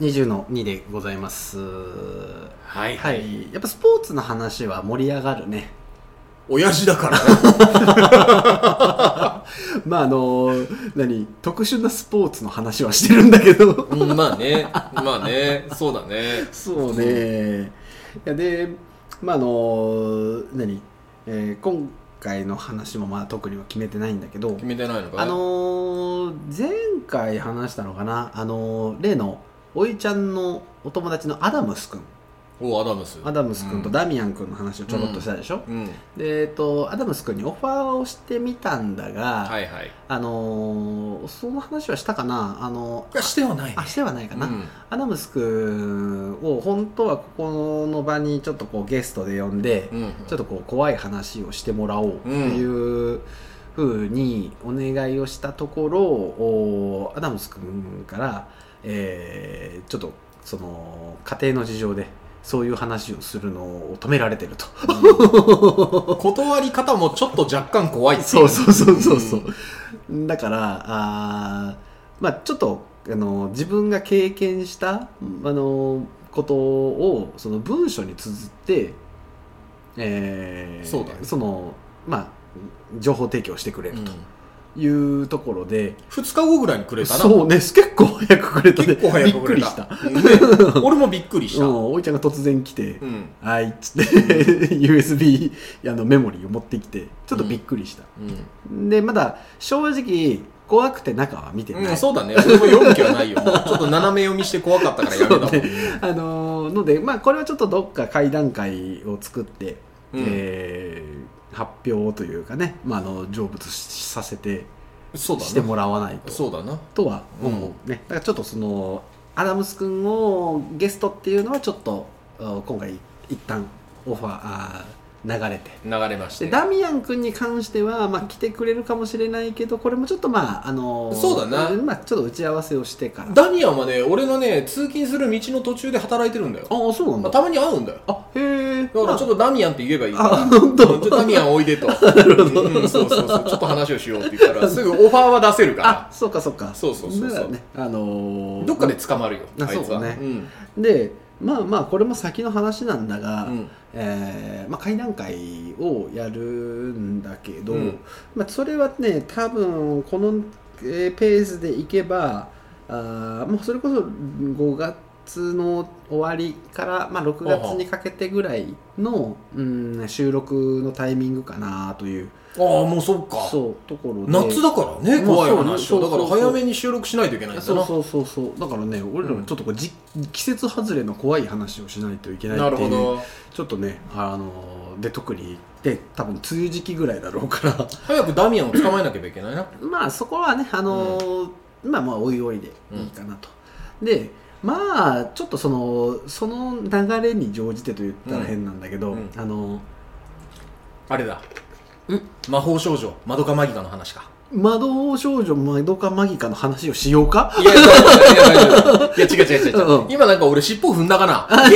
20の2でございますはいはいやっぱスポーツの話は盛り上がるね 親父だからまああの何特殊なスポーツの話はしてるんだけどうんまあねまあねそうだ ねそうねいやでまああの何、えー今回の話もまあ特には決めてないんだけど決めてないのかいあのー前回話したのかなあのー例のおいちゃんのお友達のアダムス君おアダムスアダムス君とダミアン君の話をちょろっとしたでしょ、うんでえっとアダムス君にオファーをしてみたんだが、はいはいいあのーその話はしたかなあのやしてはないあしてはないかな、うんアダムス君を本当はここの場にちょっとこうゲストで呼んで、うんちょっとこう怖い話をしてもらおうっていうふうにお願いをしたところ、おアダムス君から、えーちょっとその家庭の事情でそういう話をするのを止められてると。断り方もちょっと若干怖いっていそうそうそうそうそう、だからあーまあちょっとあの自分が経験したあのことをその文章に綴って、えーそうだねそのまあ情報提供してくれうるん、というところで、 2日後ぐらいにくれたなそうね結構早くくれたね結構早くくれびっくりしたた、うん俺もびっくりしうた、うんん、おいちゃんが突然来て、うんはいっつって USB あのメモリーを持ってきてちょっとびっくりした、でまだ正直怖くて中は見てない、うんそうだね俺も読む気はないよもうちょっと斜め読みして怖かったからやめたもん、そうあのーのでまあこれはちょっとどっか会談会を作って、うんえー発表というかね、まあ、あの成仏しさせてそうだなしてもらわないとそうだなとは思うね、だからちょっとそのアダムス君をゲストっていうのはちょっとあ今回一旦オファーあー流れて流れましでてダミアン君に関しては、まあ、来てくれるかもしれないけどこれもちょっとまああのーそうだなまあ、ちょっと打ち合わせをしてからダニアンはね俺のね通勤する道の途中で働いてるんだよああそうなんだたまに会うんだよあへえだからちょっとダミアンって言えばいいあ本当うんちょっとダミアンおい でとうんそうそうそうちょっと話をしようって言ったらすぐオファーは出せるあかそうかそうかそうそうそうそうだからねあのらーどっかで捕まるよああいつそうはだねうんでまあまあこれも先の話なんだが、うんえーまあ、会談会をやるんだけど、うんまあ、それはね多分この、えーペースでいけばあーもうそれこそ5月の終わりから、まあ、6月にかけてぐらいの、うん、収録のタイミングかなというああもうそっかそうところで夏だからねまあ怖いそうね話そをうそだうかそうら早めに収録しないといけないんだそうなそうそうそうだからね俺らもちょっとこう、じ季節外れの怖い話をしないといけないっていなうるほどちょっとねあので特にで多分梅雨時期ぐらいだろうから 早くダミアンを捕まえなきゃいけないなまあそこはねあのー、まあまあおいおいでいいかなと、でまあちょっとそのその流れに乗じてと言ったら変なんだけど、うんうんあのーあれだ魔法少女マドカマギカの話か魔導少女マドカマギカの話をしよう か いや、いや、いや、いや、違う違う違うう。ん今なんか俺尻尾踏んだかな。 いやだっ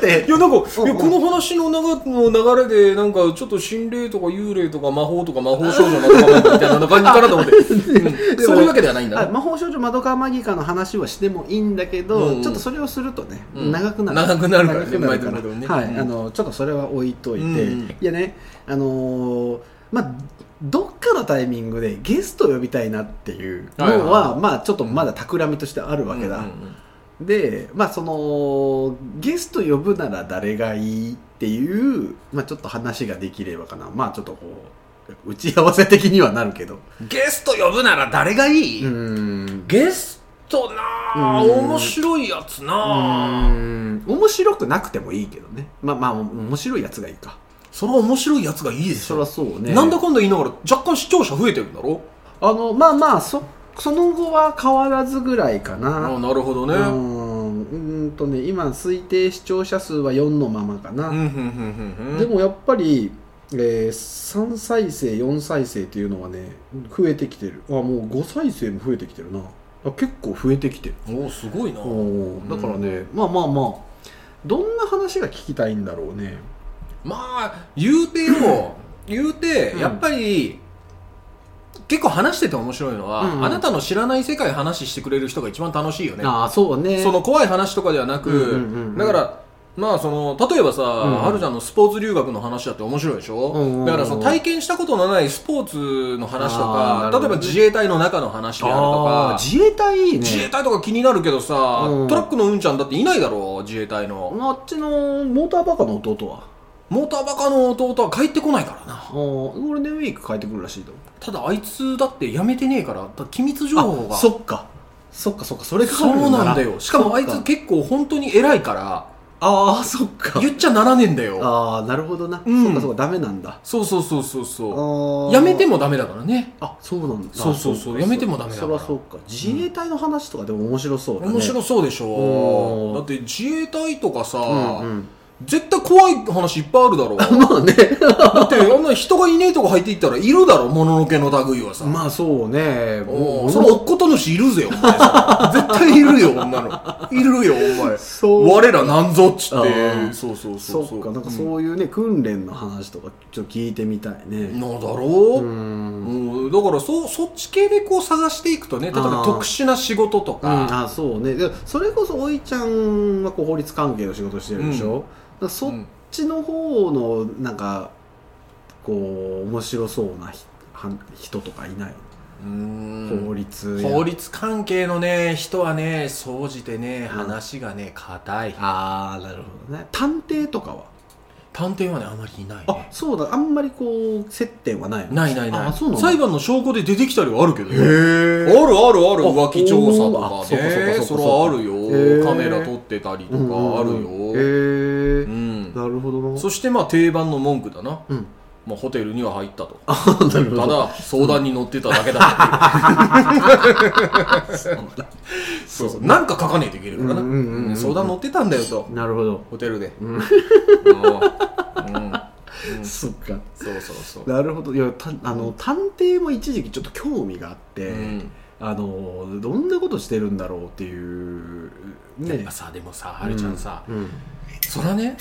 ていや、なんか、いうんうやんこの話の流の流れで、なんか、ちょっと心霊とか幽霊とか魔法とか魔法少女なのかなみたいな感じかなと 思って。うんでもそういうわけではないんだあな。魔法少女マドカマギカの話はしてもいいんだけど、うんうんちょっとそれをするとね、うん長くなる長くなるからね長くなるから毎度毎度ねはい、うんあのちょっとそれは置いといて、うんうんいやねあのーまあどっかのタイミングでゲスト呼びたいなっていうのは,、はいはいはまあちょっとまだ企みとしてあるわけだ、うんうんうんでまあそのゲスト呼ぶなら誰がいいっていう、まあ、ちょっと話ができればかなまあちょっとこう打ち合わせ的にはなるけどゲスト呼ぶなら誰がいいんゲストなあうん面白いやつうーなあん面白くなくてもいいけどねまあまあ面白いやつがいいかそれは面白いやつがいいでしそりょゃ。そうねなんだかんだ言いながら、若干視聴者増えてるんだろあのまあまあそその後は変わらずぐらいかあななるほどうね。ーんうーんとね今推定視聴者数は4のままかな、うんうんうんうんうんでもやっぱり、えー3再生4再生っていうのはね増えてきてるあもう5再生も増えてきてるなあ結構増えてきてるおおすごいなおーだからね、まあまあまあどんな話が聞きたいんだろうねまあ言うてよ言うてうんやっぱり、結構話してて面白いのは、うんうんあなたの知らない世界話してくれる人が一番楽しいよねああそうねその怖い話とかではなく、うんうんうんうんだからまあその例えばさ、んはるちゃんのスポーツ留学の話だって面白いでしょ、うんうんうんだからその体験したことのないスポーツの話とあか、ーなるほ例えどば自衛隊の中の話であるとあかー自衛隊いいね自衛隊とか気になるけどさ、うんトラックのうんちゃんだっていないだろう自衛隊の、あっちのモーターバカの弟はモーターバカの弟は帰ってこないからなあーゴールデンウィーク帰ってくるらしいとただあいつだってやめてねえからだから機密情報があそっかそっかそっかそれかかそるうなんだよしかもあいそつっ結構本当に偉いからああそっか言っちゃならねえんだよああなるほどな、うんそっかそっかダメなんだそうそうそうそうそあうやめてももダメだからねあそうなんだそうそうそうかやめてもダメだからそりゃそうか自衛隊の話とかでも面白そうだね面白そうでしょおーだって自衛隊とかさ、うんうん絶対怖い話いっぱいあるだろ まあねだってあんな人がいねえとこ入っていったらいるだろもののけの類はさ、まあそうねおもーうそのおっこと主いるぜお前さ 絶対いるよ女のいるよお前そう我らなんぞっつっあてーそうそうそそうっかなんかうんそういうね、訓練の話とかちょっと聞いてみたいねのだうろう、んうん、だからそそっち系でこう探していくとね例えばあー特殊な仕事とうんか、あそうねでそれこそおいちゃんはこう法律関係の仕事してるでしょ、だからそっちの方のなんかこう面白そうなひはん人とかいない、うん法律や法律関係のね人はね総じてね話がね硬いああなるほどね探偵とかは探偵はねあまりいないあねそうだあんまりこう接点はないのないないないあそうなんだ裁判の証拠で出てきたりはあるけどへねあえるあるあるあ浮気調査とかおーねあそそうかそうかそうかそうかれはあるへよーカメラ撮ってたりとへかあるよえうんなるほどなそしてまあ定番の文句だなうんまあホテルには入ったとあなるほどただ相談に乗ってただけだ っていうそうそうなんか書かねえといけるからなうんうんうんうんうん相談乗ってたんだよとなるほどホテルでうんもうう んそっかそうそうそう。なるほどいやたあの探偵も一時期ちょっと興味があって、うんあのどんなことしてるんだろうっていうやっねぱさでもさはるちゃんさ、うんそらね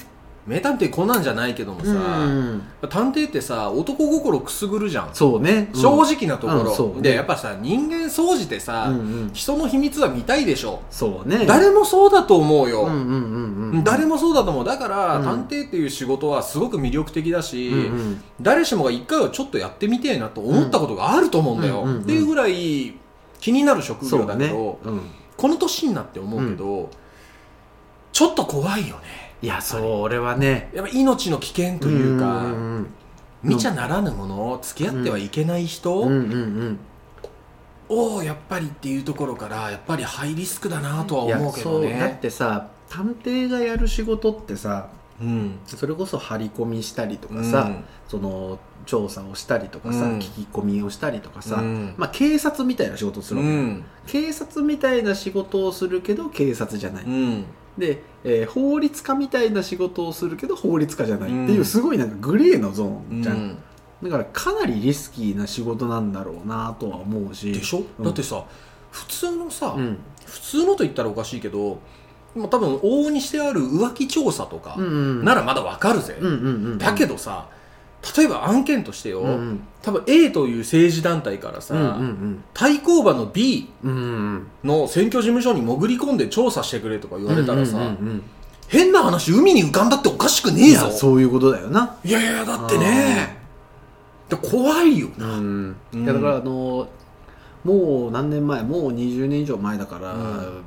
名探偵コナンじゃないけどもさ、うん探偵ってさ男心くすぐるじゃん、そうね正直なとこうんろ、そうねでやっぱさ人間総じてさ、うんうん人の秘密は見たいでしょ、そうね誰もそうだと思うよ、うんうんうんうん誰もそうだと思うだから、うん探偵っていう仕事はすごく魅力的だし、うんうん誰しもが一回はちょっとやってみてえなと思ったことがあると思うんだうんよ、うんうんうんっていうぐらい気になる職そ業うだだけねど、うんこの年になって思うけど、ちょっと怖いよねいやそれはねやっぱ命の危険というか、んうん見ちゃならぬもの付き合ってはいけないうんう人んうんをやっぱりっていうところからやっぱりハイリスクだなとはいや思うけどそうだっねてさ探偵がやる仕事ってさうんそれこそ張り込みしたりとうかんさ、その調査をしたりとかさ、うん聞き込みをしたりとかさ、うんまあ、警察みたいな仕事をすうるわけ、ん警察みたいな仕事をするけど警察じゃない、うんで、えー法律家みたいな仕事をするけど法律家じゃないっていう、うんすごいなんかグレーのゾーンじゃん、うだんからかなりリスキーな仕事なんだろうなとは思うしでしょ、うんだってさ普通のさ、うん、普通のと言ったらおかしいけどまあ多分往々にしてある浮気調査とかうんうんならまだわかるぜ、うんうんうんだけどどさ例えば案件としてよ、うんうん多分 A という政治団体からさ、うんうん対抗馬の B うんうんの選挙事務所に潜り込んで調査してくれとか言われたらさ、うんうんうん変な話海に浮かんだっておかしくねいえやぞそういうことだよないやいやだってねで怖いような、んうんいやだからあのもう何年前もう20年以上前だから、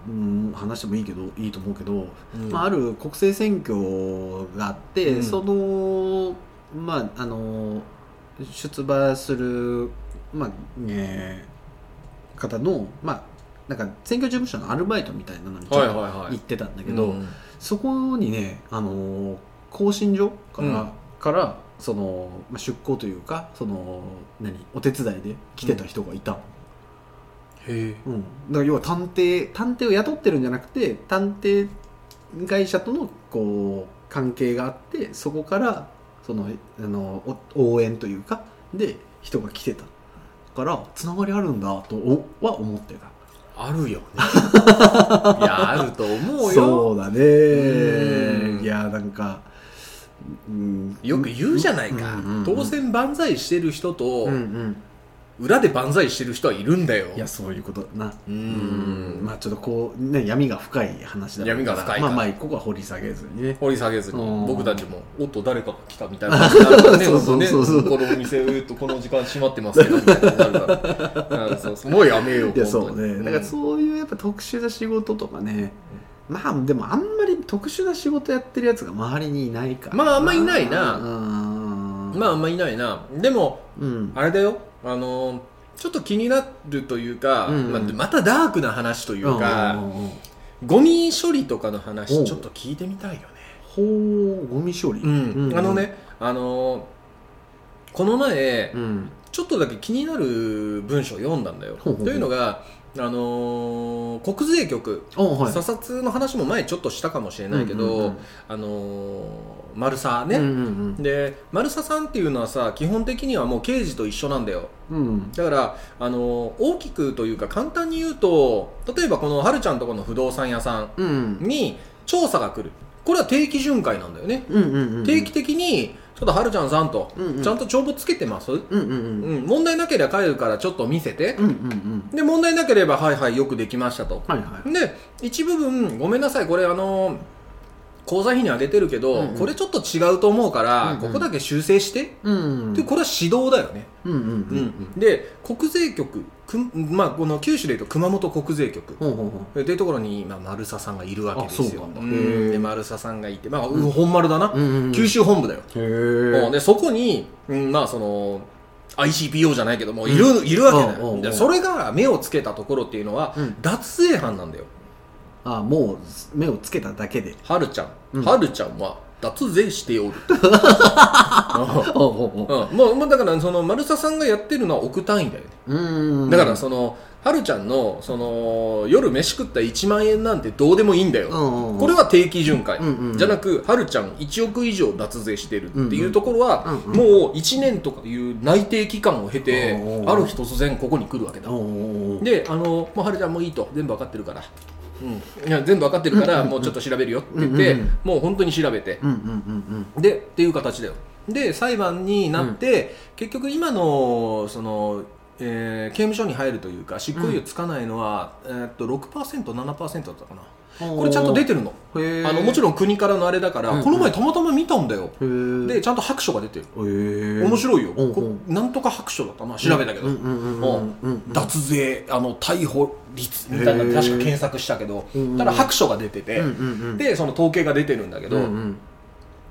うん話してもいいけどいいと思うけど、うんまあ、ある国政選挙があって、うんそのまああの出馬する、まあえー方の、まあ、なんか選挙事務所のアルバイトみたいなのにちょっはいとはいは行いってたんだけけど、ど、そこにね、あのー更新所から,、うんからそのまあ出向というかその何お手伝いで来てた人がいた、へえうんだから要は探偵探偵を雇ってるんじゃなくて探偵会社とのこう関係があってそこからそのあのお応援というかで人が来てただからつながりあるんだとおは思ってたあ るよねいやあると思うよそうだうねんいやなんか、うんよく言うじゃないか、うんうんうん当選万歳してる人と、うんうん裏で万歳してる人はいるんだよいやそういうことだなううんまあちょっとこうね闇が深い話だから闇が深いからまあまあここは掘り下げずにね掘り下げずにうん僕たちもおっと誰かが来たみたいな感じになるからね そうそうそうそう本当ねこのお店えっとこの時間閉まってますけどみたいになるからうんそうそうもうやめよういやそう本当にねだからそういうやっぱ特殊な仕事とかねまあでもあんまり特殊な仕事やってるやつが周りにいないからまああんまいないなうんまああんまいないなでもうんあれだよあのーちょっと気になるというか、うんまあまたダークな話というか、んんうんゴミ処理とかのおう話ちょっと聞いてみたいよねほうゴミ処理うんあのねあのーこの前、うんちょっとだけ気になる文章を読んだんだよ。ほうほうほうというのが、あのー国税局、あはい査察の話も前ちょっとしたかもしれないけど、うんうんうんあのーマルサうんね、うんでマルサさんっていうのはさ基本的にはもう刑事と一緒なんだようんうんだから、あのー大きくというか簡単に言うと例えばこのはるちゃんとこの不動産屋さんうんに調査が来るこれは定期巡回なんだよね、うんうんうん定期的にちょっとはるちゃんさんと、うんうんちゃんと帳簿つけてますうんうんうんうん、問題なければ帰るからちょっと見せてう、んうんうんで問題なければはいはいよくできましたと、はいはいで一部分ごめんなさいこれあの口座費にあげてるけど、うんうんこれちょっと違うと思うかうんら、うんここだけ修正して、うんでこれは指導だよね、うんうんうんで国税局くん、まあ、この九州でいうと熊本国税局ほうほうほというところに今丸佐さんがいるわけですよあそうなんだんへーで丸佐さんがいて、まあ、うん本丸だな、ううんうん九州本部だよへもうーでそこに、うん、まあその ICPO じゃないけどもういる,、いるわけだうんうんうよんでそれが目をつけたところっていうのは、うん脱税犯なんだよあもう目をつけただけではるちゃん、うんはるちゃんは脱税しておるほうほうほうん、もうもうだからその丸佐さんがやってるのは億単位だよね、ううんだからそのはるちゃんのその夜飯食った1万円なんてどうでもいいんだよ、うんうんこれは定期巡回、うんうんじゃなくはるちゃん1億以上脱税してるっていうところは、うんうんもう1年とかいう内定期間を経て、うんある日突然ここに来るわけだ、おうおうおうであのもうはるちゃんもういいと全部わかってるから、うん、いや全部わかってるからもうちょっと調べるよって言って、うんうんうんもう本当に調べて、うんうんうんでっていう形だよで裁判になって、結局今のその、えー刑務所に入るというか執行猶予つかないのは、えーっと 6%7% だったかなうんこれちゃんと出てるのへーあのもちろん国からのあれだから、うんうんこの前たまたま見たんだよ、へーでちゃんと白書が出てる、へー面白いよ、うんうんこなんとか白書だったな調べたけど、うんうんうんうんうんうん脱税あの逮捕率みたいなのへー確か検索したけど、うんうんただ白書が出てて、うんうんうんでその統計が出てるんだけど、うん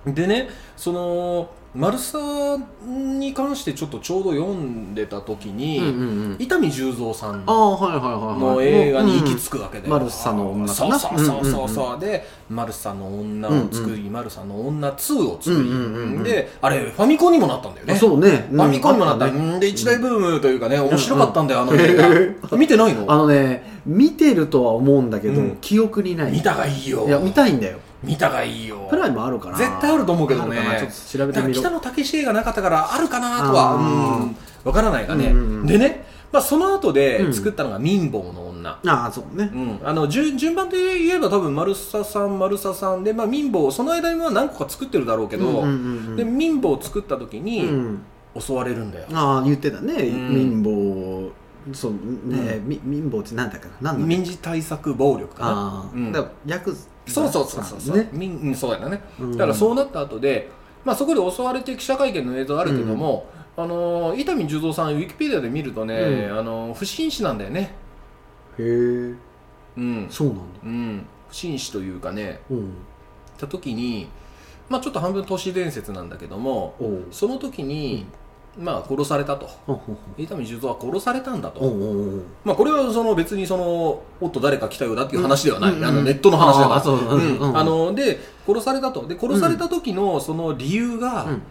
うんでねそのマルサに関してちょっとちょうど読んでた時に、うんうんうん伊丹十三さんああはいはいはいはいの映画に行き着くわけで、うんうんマルサの女かそうなそうそうそうそううんでマルサの女を作り、マルサの女2を作り、うんうんうんうんであれファミコンにもなったんだよあねそうねファミコンにもなった、うんで一大ブームというかね面白かったんだよあの映へ 画見てないあののね見てるとは思うんだけど、うん記憶にない見たがいいよいや見たいんだよ見たがいいよプライもあるから絶対あると思うけどねあるかなちょっと調べてだからみ北ろ野武史映画なかったからあるかなとはあーうんわからないがね、うんうんうんでね、まあ、その後うでん作ったのが「民房の女」ああそうねうんあの順順番で言えば多分丸サさん丸サさんで、まあ、民房その間にまあ何個か作ってるだろうけど、うんうんうんで民房を作った時うにん、襲われるんだよ、ああ言ってたね、民ん法そうね、み民法ってなんだっけななんだっけ民事対策暴力かなああ、うんだからヤクザそうそうそうそうそう、ね民うん、そうやなね、うんだからそうなった後で、まあそこで襲われて記者会見の映像あるけども、あのー伊丹十三さんウィキペディアで見るとね、うあのー不審死なんだよねへえうん、そうなんだうん、不審死というかねうんた時にまあちょっと半分都市伝説なんだけどもおうその時に、まあ殺されたとほうほう伊丹十三は殺されたんだと、ほうおうおうおうまあこれはその別にそのおっと誰か来たようだっていう話ではない、うんうんあのネットの話だからあーそうだねうんうんあので殺されたとで殺された時のその理由が、うん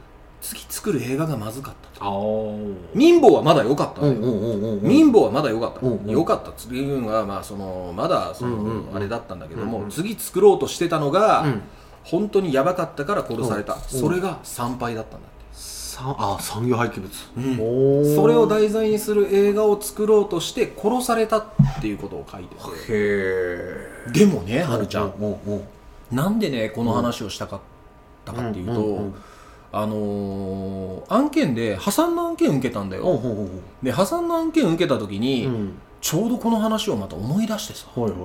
次作る映画がまずかったとああう民法はまだ良かったのよんうんうんうんうん民法はまだ良かったうんうん良かったっていうのがまあそのまだそうんうんうのんあれだったんだけどうんうもん次作ろうとしてたのがうん本当にやばかったから殺されたうんそれが参拝だったんだっさあ産業廃棄物、うんおてーそれを題材にする映画を作ろうとして殺されたっていうことを書いててへえでもねはるちゃんおうおうなんでねこの話をしたかったかっていうと、うんうんうんあのー案件で破産の案件受けたんおだうほうよほうほで破産の案件受けた時うに、うんちょうどこの話をまた思い出してさはいはいはい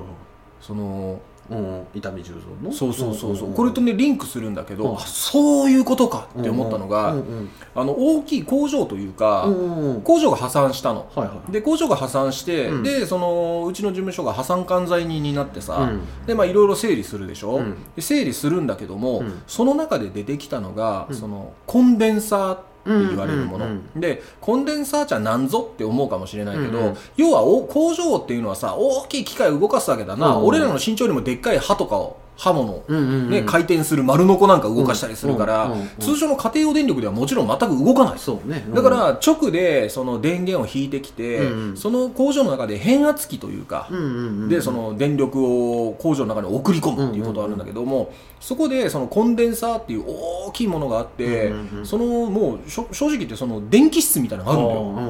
そのうん痛み重蔵のそうそうそうそう、んんんこれとねリンクするんだけど、うんあそういうことかって思ったのが、うんうんあの大きい工場というか、うんうんうん工場が破産したのはいはいで工場が破産して、うんでそのうちの事務所が破産管財人になってさ、うんでまあいろいろ整理するでしょ、うんで整理するんだけども、うんその中で出てきたのが、うんそのコンデンサーって言われるもの、うんうんでコンデンサーじゃなんぞって思うかもしれないけど、うんうん要はお工場っていうのはさ大きい機械を動かすわけだな、うん俺らの身長よりもでっかい歯とかを刃物うんうんうんね、回転する丸ノコなんか動かしたりするから、うんうんうん通常の家庭用電力ではもちろん全く動かないですそうねだから直でその電源を引いてきて、うんその工場の中で変圧器というか、うんうんうんでその電力を工場の中に送り込むっていうことがあるんだけども、そこでそのコンデンサーっていう大きいものがあって、うんうんうんそのもうしょ正直言ってその電気室みたいなのあがあるんだよ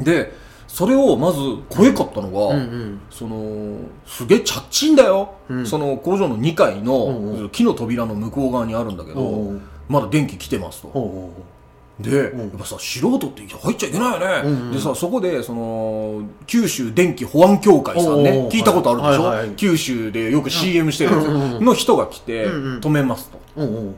でそれをまず怖かったのが、うんうんそのすげえチャッチンだよ、うんその工場の2階の、うんうん木の扉の向こう側にあるんだけど、おうおうまだ電気来てますと、おうおうで、うんやっぱさ素人って入っちゃいけないよね、うんうんでさそこでその九州電気保安協会さんねおうおう聞いたことあるでしょ、はいはい九州でよく CM してるやつうんうんうんの人が来てうんうん止めますとおうおう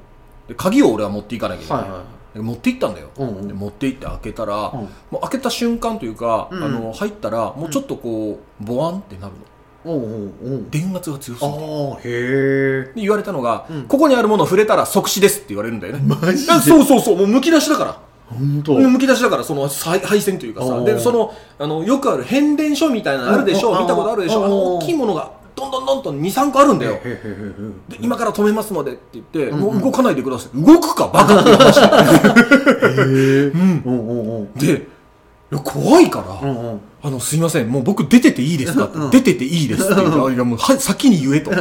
で鍵を俺は持っていかなきゃいけない、はいはで持って行ったんだよ、うんうんで持って行って開けたら、うんもう開けた瞬間というか、うんあの入ったらもうちょっとこうボワンってなるのおうおうおう電圧が強すぎてああへえで言われたのが、うんここにあるものを触れたら即死ですって言われるんだよねマジであそうそうそうもうむき出しだから本当もうむき出しだからそのさい配線というかさおーでそのあのよくある変電所みたいなのあるでしうんょうん見たことあるでしうんょあの大きいものがどんどんどんどん23個あるんだよへへへへで今から止めますのでって言って、んうんもう動かないでください動くかバカっていう話へえうんおうおうおうでいや怖いから、うんうんあの、すいません、もう僕出てていいですかって、うん出てていいですって言うから、いやもう、は、先に言 えと。で、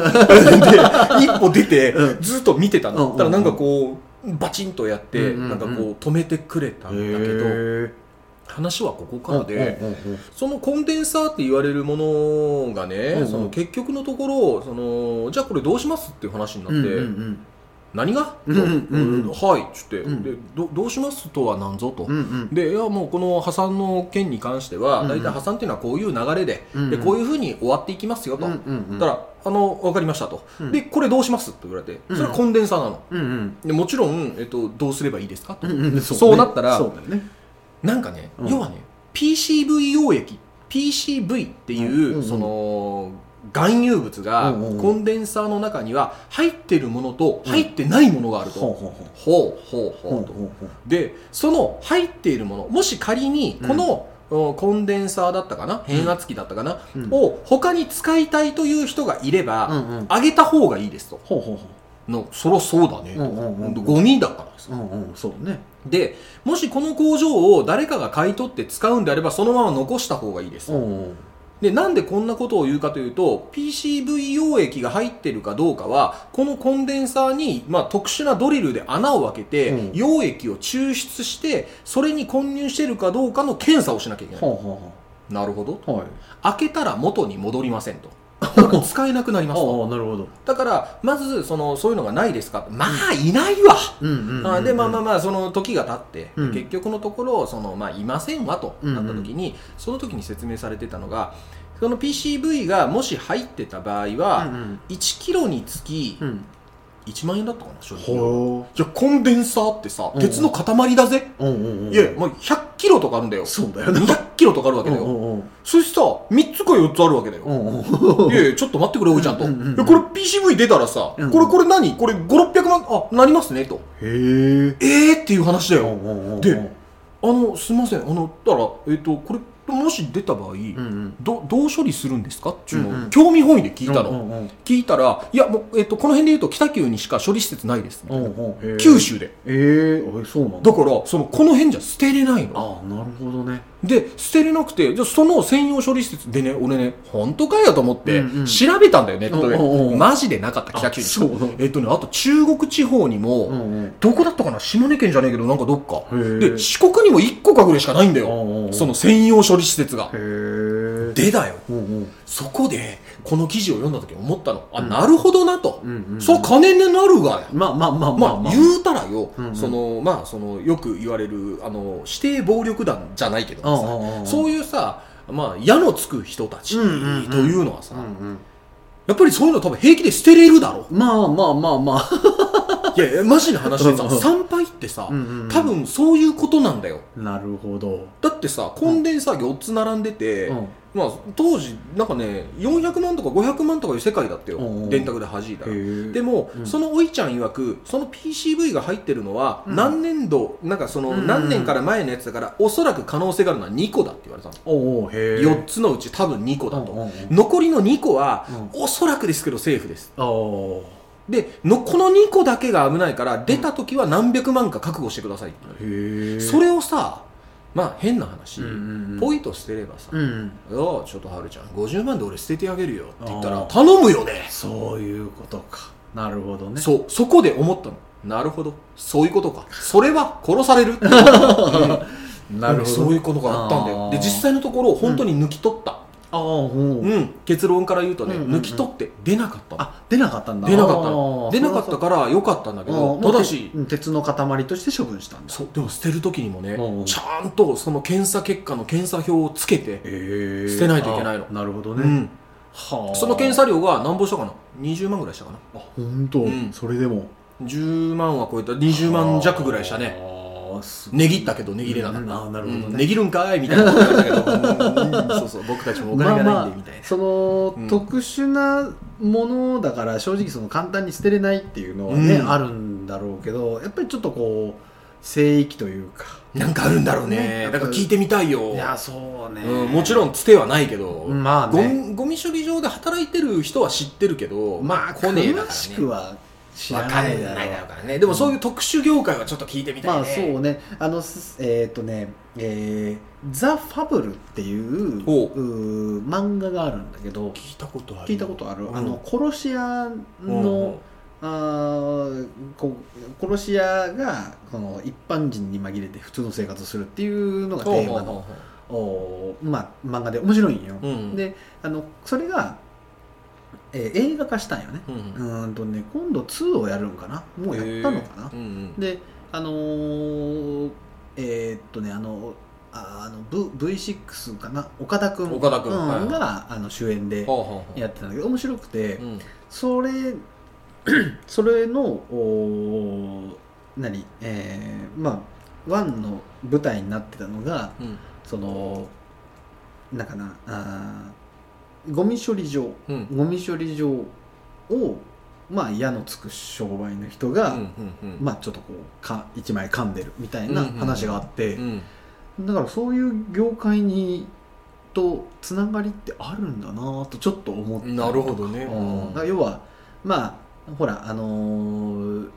一歩出て、ずっと見てたうんうんうの。だんからなんかこう、バチンとやって、うんうんうんなんかこう、止めてくれたんだけど、へえ話はここからで、うんうんうんそのコンデンサーって言われるものがうんうね、んその結局のところ、その、じゃあこれどうしますっていう話になうんうって、ん何がうんうんうんとはい、っつって、うんで、どどうしますとはなんぞとうんう。んでいやもうこの破産の件に関しては、うんうん大体破産っていうのはこういう流れで,、うんうんでこういうふうに終わっていきますよと、うんだうんうんから「あの分かりましたと」うんでこれどうします?」って言われてうんそれはコンデンサーなの、うんうんでもちろん、えっと、どうすればいいですかと、うんうんそうなったらそうだよねなんかね、うん要はね PCV 溶液 PCV っていう、うんうんうんその含有物がうんうんうんコンデンサーの中には入ってるものと入ってないものがあると、ほうほうほうほうほうほうと、ほうでその入っているものもし仮にこの、おコンデンサーだったかな変圧器だったかな、うんを他に使いたいという人がいれば、うんうんあげた方がいいですとほうほうほのそらそうだねうと、んうんうんゴミだからさううんうんそうねでもしこの工場を誰かが買い取って使うんであればそのまま残した方がいいです、うんうんでなんでこんなことを言うかというと PCV 溶液が入ってるかどうかはこのコンデンサーに、まあ、特殊なドリルで穴を開けて、うん溶液を抽出してそれに混入してるかどうかの検査をしなきゃいけないほうほなるほどうほうはい開けたら元に戻りません とだから使えなくなりますとああなるほどだからまずそのそういうのがないですかまあいないわ、うんうんうんうんあでまあまあまあその時が経って、うん結局のところその、まあ、いませんわとうんうんなった時に、その時に説明されてたのがその PCV がもし入ってた場合うは、ん1キロにつきうんうん1万円だったかな正直ほいやコンデンサーってさうん鉄の塊だぜ、ううんうんうんいやもう100キロとかあるんだよそうだよね200キロとかあるわけだよ、うんうんそしてさ3つか4つあるわけだよ、うんうんいやいやちょっと待ってくれおいちゃんと、うんうんうんうんいやこれ PCV 出たらさ、うんうんこれこれ何これ5600万あなりますねとへええーっていう話だよ、でであのすみませんあのだから、えっとこれもし出た場合、うんどどう処理するんですかっていうのを、うんうん興味本位で聞いたの、うんうん聞いたらいやもう、えっとこの辺で言うと北九にしか処理施設ないですみたういんな、うんへえ九州でええあそうなんだだからそのこの辺じゃ捨てれないのああなるほどねで捨てれなくてじゃあその専用処理施設でね俺ね本当かよと思ってうんうん調べたんだよね、ネットでおうおうおうマジでなかった北九州あそうえっとねあと中国地方にも、うんうんどこだったかな島根県じゃねえけどなんかどっかへえで四国にも1個かぐらいしかないんだおうおうおようその専用処理施設がへえーでだようんうんそこでこの記事を読んだ時思ったのあなるほどなと、うんうんそりゃ金になるがやまあまあまあまあままああ言うたらよ、うんうんそのまあそのよく言われるあの指定暴力団じゃないけどうんうんうもんさそういうさまあ矢のつく人たちとうんうんうんいうのはさ、うんうんやっぱりそういうの多分平気で捨てれるだろまあまあまあまあいやいやマジな話でうさんうん参拝ってさ、うんうんうん多分そういうことなんだよなるほど、だってさ根伝さ4つ並んでて、うんまあ、当時なんかね400万とか500万とかいう世界だったよ、うんうん電卓で弾いたらへえでも、うんそのおいちゃん曰くその PCV が入ってるのはうん何年度、なんかそのうん何年から前のやつだから、おそらく可能性があるのは2個だって言われたの、おうおうへえ4つのうち多分2個だと、うんうんうん残りの2個は、うおそらくですけどセーフですあーでのこの2個だけが危ないから出た時は何百万か覚悟してくださいって言われへえるそれをさまあ変な話、うんうんうんポイと捨てればさ、うんよちょっとはるちゃん50万で俺捨ててあげるよって言ったらあー頼むよねそういうことかなるほどねそうそこで思ったのなるほどそういうことか それは殺されるなるほどそういうことがあったんだよあーで実際のところ本当に抜き取った、ああほう、うん結論から言うとね、うんうんうん抜き取って出なかったのあ出なかったんだ出なかったのあー出なかったからよかったんだけどあーただしもう鉄鉄の塊として処分したんだそうでも捨てる時にもねうんうんちゃんとその検査結果の検査表をつけて、へえ捨てないといけないのなるほどうね、ん、はあその検査料が何ぼしたかな20万ぐらいしたかなあ本当、うんそれでも10万は超えた20万弱ぐらいしたねああすごいねぎったけどねぎれなかった、うんあーなるほどねうんねぎるんかーいみたいなことだったけど、うんそうそう僕たちもお金がないんでみたいな、その、うん特殊なものだから正直その簡単に捨てれないっていうのはね、うんあるんだろうけどやっぱりちょっとこう聖域というか なんかあるんだろうねねだから聞いてみたいよいやそうね、うん、もちろんつてはないけど、まあねゴミゴミ処理場で働いてる人は知ってるけどまあ来ねえだから、ね、詳しくは知らわかなんいだないだろろううからねでもそういう特殊業界はちょっと聞いてみたいね、まあそうねあのすえーっ、とねえーザ・ファブル」っていうほうー漫画があるんだけど聞いたことある聞いたことある、うんあの殺し屋うんの、あーこう殺し屋がこの一般人に紛れて普通の生活をするっていうのがテーマの、おーまあ、漫画で面白いんよ、うんうんであのそれが、えー映画化したんよねうんううんーんとね今度2をやるんかなもうやったのかなへーうんうんであのーえーっとねあのああの、v、V6 かな岡田君岡田君うんはいはいがあの主演でほうほうほうやってたんだけど面白くて、うんそれ それのおー何えー、まあワンの舞台になってたのがうんそのなんかなあーゴミ処理場うんゴミ処理場をまあ矢のつく商売の人うが、んうんうんまあちょっとこうか一枚噛んでるみたいな話があって、うんだからそういう業界にとつながりってあるんだなとちょっと思ってなるほどねうんうんだから要はまあほらあのー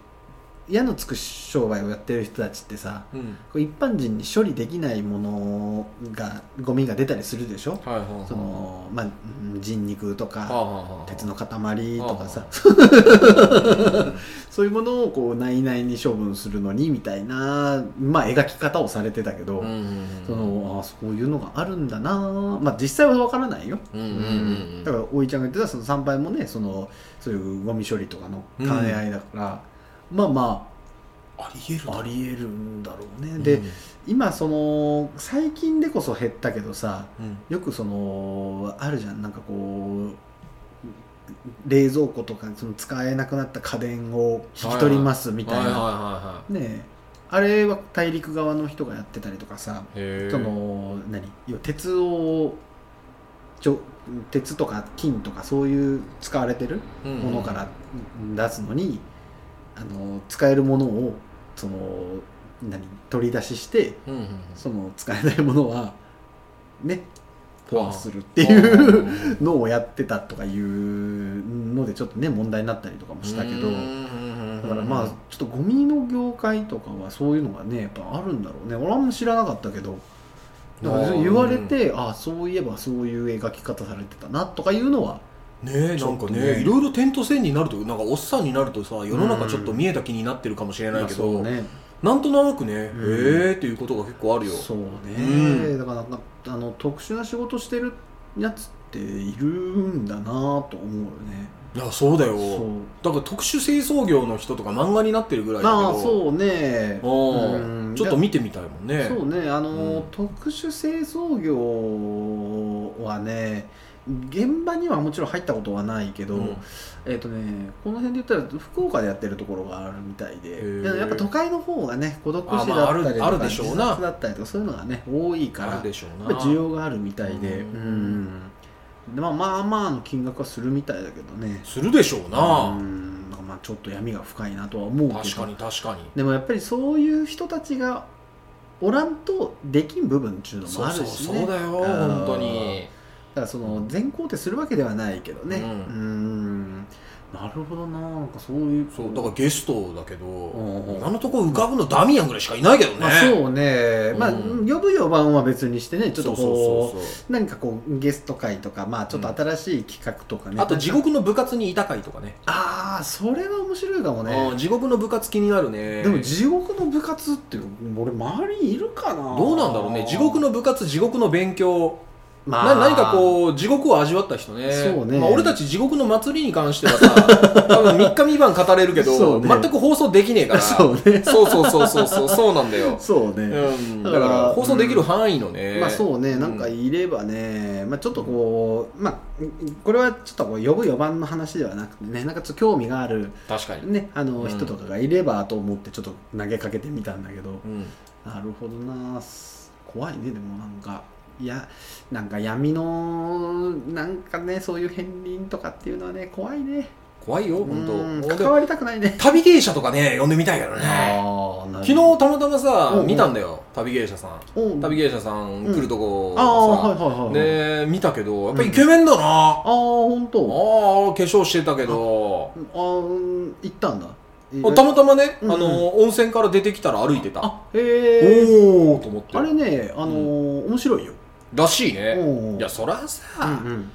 矢のつく商売をやってる人たちってさうんこう一般人に処理できないものがゴミが出たりするでしょはいはいはいその、まあ、うん人肉とはあかはあはあ鉄の塊とかはさ そういうものをこう内々に処分するのにみたいな、まあ、描き方をされてたけど、うんうんうんそのあそういうのがあるんだなまあ実際は分からないようんうんうんだからおいちゃんが言ってたその参拝もねそのそういうゴミ処理とかの兼ね合いだから、まあまありえるあありりえるんだろうね、でうん今その最近でこそ減ったけどさうんよくそのあるじゃんなんかこう冷蔵庫とかその使えなくなった家電を引き取りますみたいな、はいはいはねえあれは大陸側の人がやってたりとかさいはいへえその何要は鉄をちょ鉄とか金とかそういう使われてるものから出すのに、あの使えるものをその何取り出ししてうんうんうんっその使えないものはねポアするってていうのをやってたとかいうのでちょっとね問題になったりとかもしたけど。だからまあちょっとゴミの業界とかはそういうのがねやっぱあるんだろうね俺はあんま知らなかったけどだからあー言われてああそういえばそういう描き方されてたなとかいうのはねえちなょんっかとねねいろいろ点と線になるとなんかおっさんになるとさ世の中ちょっと見えた気になってるかもしれないけまあそどうねなんとなくねへうんえっていうことが結構あるよそうね、うだからなんかあの特殊な仕事してるやつっているんだなと思うよねいやそうだよそうだから特殊清掃業の人とか漫画になってるぐらいだけどまあそうねうんちょっと見てみたいもんねそうねあの、うん特殊清掃業はね現場にはもちろん入ったことはないけど、うんえっ、とねこの辺で言ったら福岡でやってるところがあるみたいでへでえやっぱ都会の方がね孤独死だっあまあたりとか、あるあるでしょうな自殺だったりとかそういうのがね多いからあるやっでしょうぱな需要があるみたいでううんん、でまあまあまあの金額はするみたいだけどねするでしょううな、んなんかまあちょっと闇が深いなとは思うけど確かに確かにでもやっぱりそういう人たちがおらんとできん部分っていうのもそあうるしそねうそうだようん本当にだからその全肯定するわけではないけどねううんーんなるほどななんかそういうそうだからゲストだけど、んうん今のところ浮かぶのダミアンぐらいしかいないけどね、まあ、そうね、まあうん呼ぶ呼ばんは別にしてねちょっとこうそうそうそうそ何かこうゲスト会とかまあちょっと新しい企画とかね、うあと地獄の部活にいたかいとかねああそれは面白いかもうねん地獄の部活気になるねでも地獄の部活って俺周りにいるかなどうなんだろうね地獄の部活地獄の勉強まな何かこう地獄を味わった人ねそうねまあ、俺たち地獄の祭りに関してはさ 多分3日3晩語れるけそど、うね全く放送できねえか らそうねそうそうそうそうそうそうなんだ よ、そうね、うん、だだかからら放送できる範囲のね、まあそうね、んなんかいればね、まあちょっとこう、まあ、んこれはちょっとこう呼ぶ呼ばんの話ではなくてね、なんかちょっと興味がある、確かに、ね、あのうん人とかがいればと思って、ちょっと投げかけてみたんだけど、うん、なるほどな、怖いね、でもなんか、いや、なんか闇の、なんかね、そういう片鱗とかっていうのはね、怖いね、怖いよ本うん当で関もわりたくないね。旅芸者とかね呼んでみたいけどね昨昨日たまたまさ、うんうん見たんだよ旅芸者さん旅芸者さん来るとこああ、はいをさ、はいはいはい。で見たけどやっぱイケメンだな、ああ、本当。ああ化粧してたけどあーうん行ったんだあたまたまね、うんうんあの温泉から出てきたら歩いてたあへえおおと思ってあれねあのー面白いよらしいおねうおういやそらさ、うんうん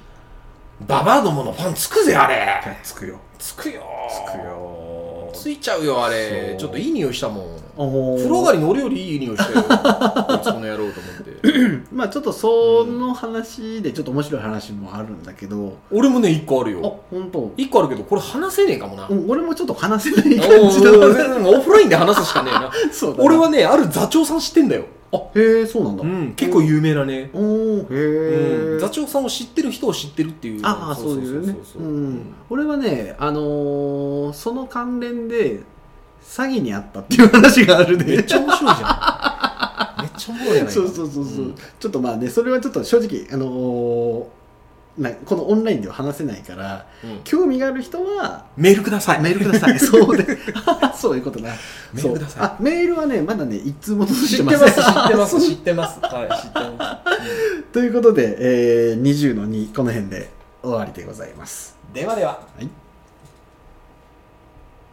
ババアどものファンつくぜあれつくよつくよつくよついちゃうよあれそうちょっといい匂いしたもん風風呂上がりに俺よりいい匂いした よこいつこの野郎と思ってまあちょっとその話でちょっと面白い話もあるんだけど俺もね一個あるあよ本当。一個あるけどこれ話せねえかもな、うん俺もちょっと話せないお感じだーね全然オフラインで話すしかねえな そうだな俺はねある座長さん知ってんだよ、あへえそうなんだうん、結構有名なねおおへえうん座長さんを知ってる人を知ってるっていうああそういうねそううそうそうそうん俺はねあのーその関連で詐欺にあったっていう話があるねめっちゃ面白いじゃんめっちゃ面白いじゃな いそうそうそうそう、うんちょっとまあねそれはちょっと正直あのーなこのオンラインでは話せないからうん興味がある人 はメールくださいメールください、そうで そういうことなメールくださいそうあメールはねまだね一通も届い知てってまません す知ってまそうす知ってますはい知ってます、ということで、えー、20の2この辺で終わりでございますうんではでははい